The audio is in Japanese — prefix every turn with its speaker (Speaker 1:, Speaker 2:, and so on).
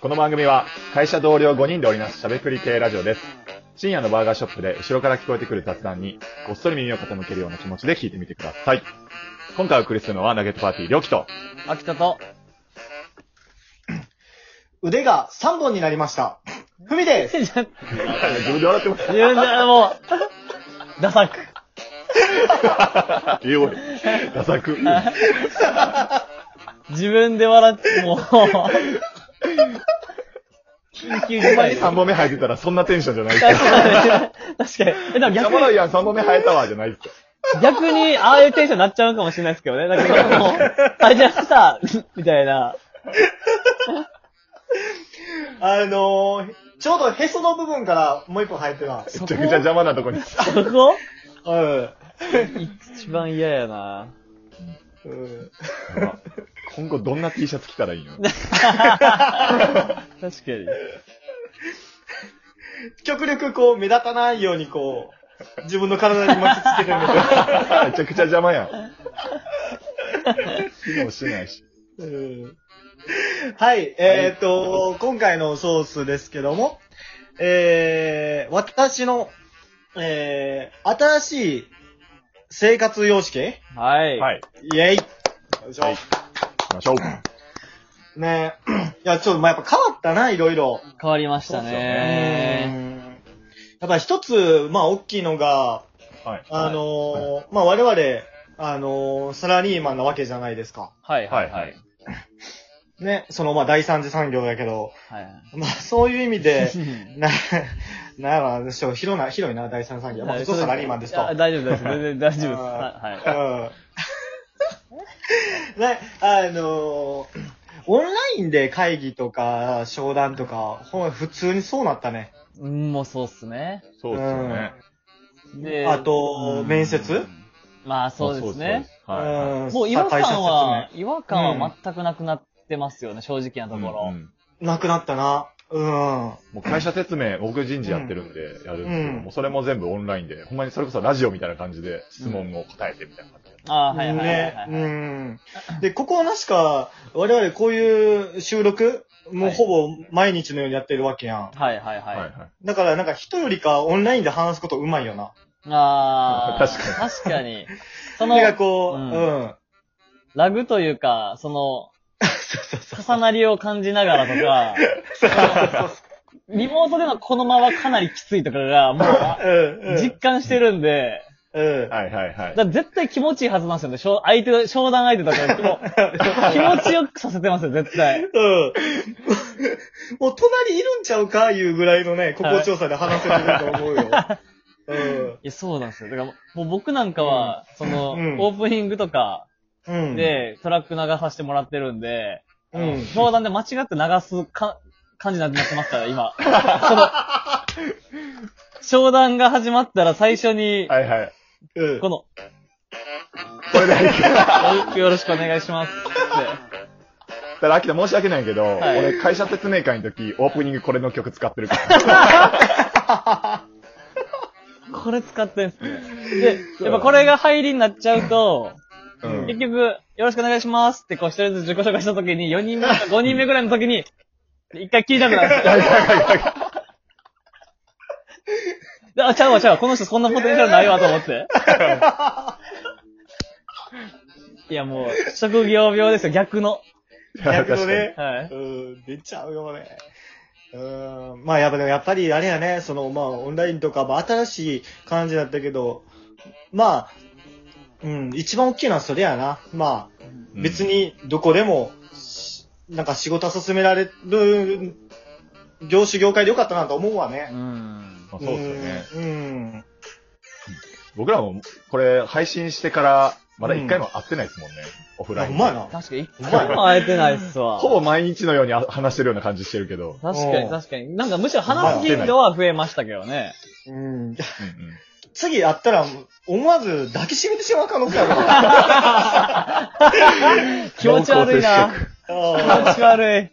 Speaker 1: この番組は会社同僚5人で織りなすしゃべくり系ラジオです。深夜のバーガーショップで後ろから聞こえてくる雑談に、こっそり耳を傾けるような気持ちで聞いてみてください。今回お送りするのはナゲットパーティー、りょうきと。
Speaker 2: 秋田と、
Speaker 3: 腕が3本になりました。ふみです。
Speaker 2: じゃ、
Speaker 1: 自分で笑って ます。
Speaker 2: じゃ、もう、ダサく。
Speaker 1: 言おうよ。ダサく。
Speaker 2: 自分で笑って、もう、緊急事
Speaker 1: ほんまに
Speaker 2: 態。
Speaker 1: 3
Speaker 2: 確
Speaker 1: 本目生えてたらそんなテンションじゃないですよ。
Speaker 2: かに。確かに。え、でも
Speaker 1: や
Speaker 2: 逆
Speaker 1: ば
Speaker 2: に、
Speaker 1: いやん、3本目生えたわ、じゃないですよ。
Speaker 2: 逆に、ああいうテンションになっちゃうかもしれないですけどね。だけど、もう、あれじゃした、みたいな。
Speaker 3: あのー、ちょうどへその部分からもう一本生えて
Speaker 1: め
Speaker 3: な。
Speaker 1: ちゃくちゃ邪魔なとこに。
Speaker 2: そこ
Speaker 3: うん。
Speaker 2: 一番嫌やな
Speaker 3: うん。
Speaker 1: やば今後どんな T シャツ着たらいいの
Speaker 2: 確かに。
Speaker 3: 極力こう、目立たないようにこう、自分の体に巻きつけてるんですよ。
Speaker 1: めちゃくちゃ邪魔 やん。機能してないし。
Speaker 3: うんはい、えっ、と、今回のソースですけども、えー、私の、えー、新しい生活様式イ
Speaker 2: はい。
Speaker 1: はい。
Speaker 3: ェイよいしょ
Speaker 1: はい行きましょう。
Speaker 3: ね いや、ちょっと、まあ、やっぱ変わったな、いろいろ。
Speaker 2: 変わりましたね。
Speaker 3: やっぱ一つ、まあ、大きいのが、
Speaker 1: はい。
Speaker 3: あのーまあ、我々、あのーサラリーマンなわけじゃないですか。
Speaker 2: はいはい
Speaker 1: は
Speaker 2: はいい。
Speaker 3: ね、その、まあ、第三次産業だけど、
Speaker 2: はい
Speaker 3: まあ、そういう意 味で、
Speaker 2: はい。
Speaker 3: な、なんやろ、ちょ広な、広いな、第三産業。まあ、普通サラリーマンですと。
Speaker 2: あ大丈夫です。全然大丈夫です。
Speaker 3: あ
Speaker 2: はい。はい
Speaker 3: うん。ね、あのーオンラインで会議とか、商談とか、ほん普通にそうなったね。
Speaker 2: うん、もうそうっすね。
Speaker 1: そうですよね。
Speaker 2: で
Speaker 3: あと
Speaker 2: うん
Speaker 3: 面接
Speaker 2: まあそうですね。
Speaker 1: まあ。そうですはいはい。
Speaker 3: ん
Speaker 2: もう違和感は、違和感
Speaker 3: う
Speaker 2: は
Speaker 3: ん
Speaker 2: 全くなくなってますよね、正直なとこ
Speaker 1: う
Speaker 2: ろ
Speaker 1: んう。ん
Speaker 3: なくなったな。うん。
Speaker 1: もう会社説明、僕人事やってるんで、やるんですけ
Speaker 3: う
Speaker 1: ど、
Speaker 3: ん
Speaker 1: もうそれも全部オンラインで、ほんまにそれこそラジオみたいな感じで質問を答えてみたいな感じで。
Speaker 2: ああ、はいはいはいはいはい。
Speaker 3: ね。うん。で、ここは確か、我々こういう収録、もう
Speaker 2: はい
Speaker 3: ほぼ毎日のようにやってるわけやん。
Speaker 2: はいはいはい。
Speaker 1: はいはい。
Speaker 3: だからなんか人よりかオンラインで話すことうまいよな。
Speaker 2: ああ、
Speaker 1: 確かに
Speaker 2: 確かに。その
Speaker 3: なん、かこう、
Speaker 2: う
Speaker 3: うんん。
Speaker 2: ラグというか、その、重なりを感じながらとか、リモートでのこのままかなりきついとかが、もう、
Speaker 3: うん。
Speaker 2: 実感してるんで、
Speaker 3: うん。
Speaker 1: はいはいはい
Speaker 2: だから絶対気持ちいいはずなんですよね。しょう相手の、商談相手とかも、気持ちよくさせてますよ、絶対。
Speaker 3: うん。もう隣いるんちゃうかいうぐらいのね、心調査で話せてると思う よ。うん
Speaker 2: いや、そうなんですよ。だからもう、もう僕なんかは、その、
Speaker 3: うん
Speaker 2: オープニングとか。
Speaker 3: うん、
Speaker 2: で、トラック流させてもらってるんで、
Speaker 3: うん
Speaker 2: 商談で間違って流すか感じになってますから、今。 その、商談が始まったら最初に、
Speaker 1: はいはい。
Speaker 3: うん。
Speaker 2: この、
Speaker 1: これで、だ
Speaker 2: よろしくお願いしますって。
Speaker 1: から、秋田申し訳ないけど、
Speaker 2: はい
Speaker 1: 俺会社説明会の時、オープニングこれの曲使ってるから。
Speaker 2: これ使ってんすね。で、やっぱこれが入りになっちゃうと、
Speaker 1: うん
Speaker 2: 結局、よろしくお願いしますって、こう、一人ずつ自己紹介したときに、4人目か5人目ぐらいのときに、一回聞いたくなるんですよ。であ、ちゃうわ、ちゃうわ、この人そんなポテンシャルないわと思 って。いや、もう、職業病ですよ、逆の。
Speaker 3: 逆のね。
Speaker 2: はい。
Speaker 3: うん、出ちゃうよね。うん、まあやっぱでもやっぱりあれやね、そのまあオンラインとか、まあ、新しい感じだったけど、まあ、うん、一番大きいのはそれやな。まあ、
Speaker 1: うん
Speaker 3: 別にどこでも、しなんか仕事は進められる、業種業界でよかったなと思うわね。
Speaker 2: ん。
Speaker 1: まあそうですよね。
Speaker 3: うん。
Speaker 1: 僕らも、これ、配信してから、まだ一回も会ってないですもんね。オフ
Speaker 3: うん。あ
Speaker 1: ラ
Speaker 3: う
Speaker 1: イン。
Speaker 3: まいな。
Speaker 2: 確かに、一回も会えてないっすわ。
Speaker 1: ほぼ毎日のようにあ話してるような感じしてるけ ど。
Speaker 2: 確か
Speaker 3: う
Speaker 2: に、
Speaker 3: ん
Speaker 2: 確かに。なんか、むしろ話す頻度は増えましたけどね。
Speaker 3: うん。
Speaker 1: うんうん
Speaker 3: 次会ったら、思わず抱きしめてしまう可能性ある。
Speaker 2: 気持ち悪いな。
Speaker 1: 濃厚接触
Speaker 2: 気持ち悪い。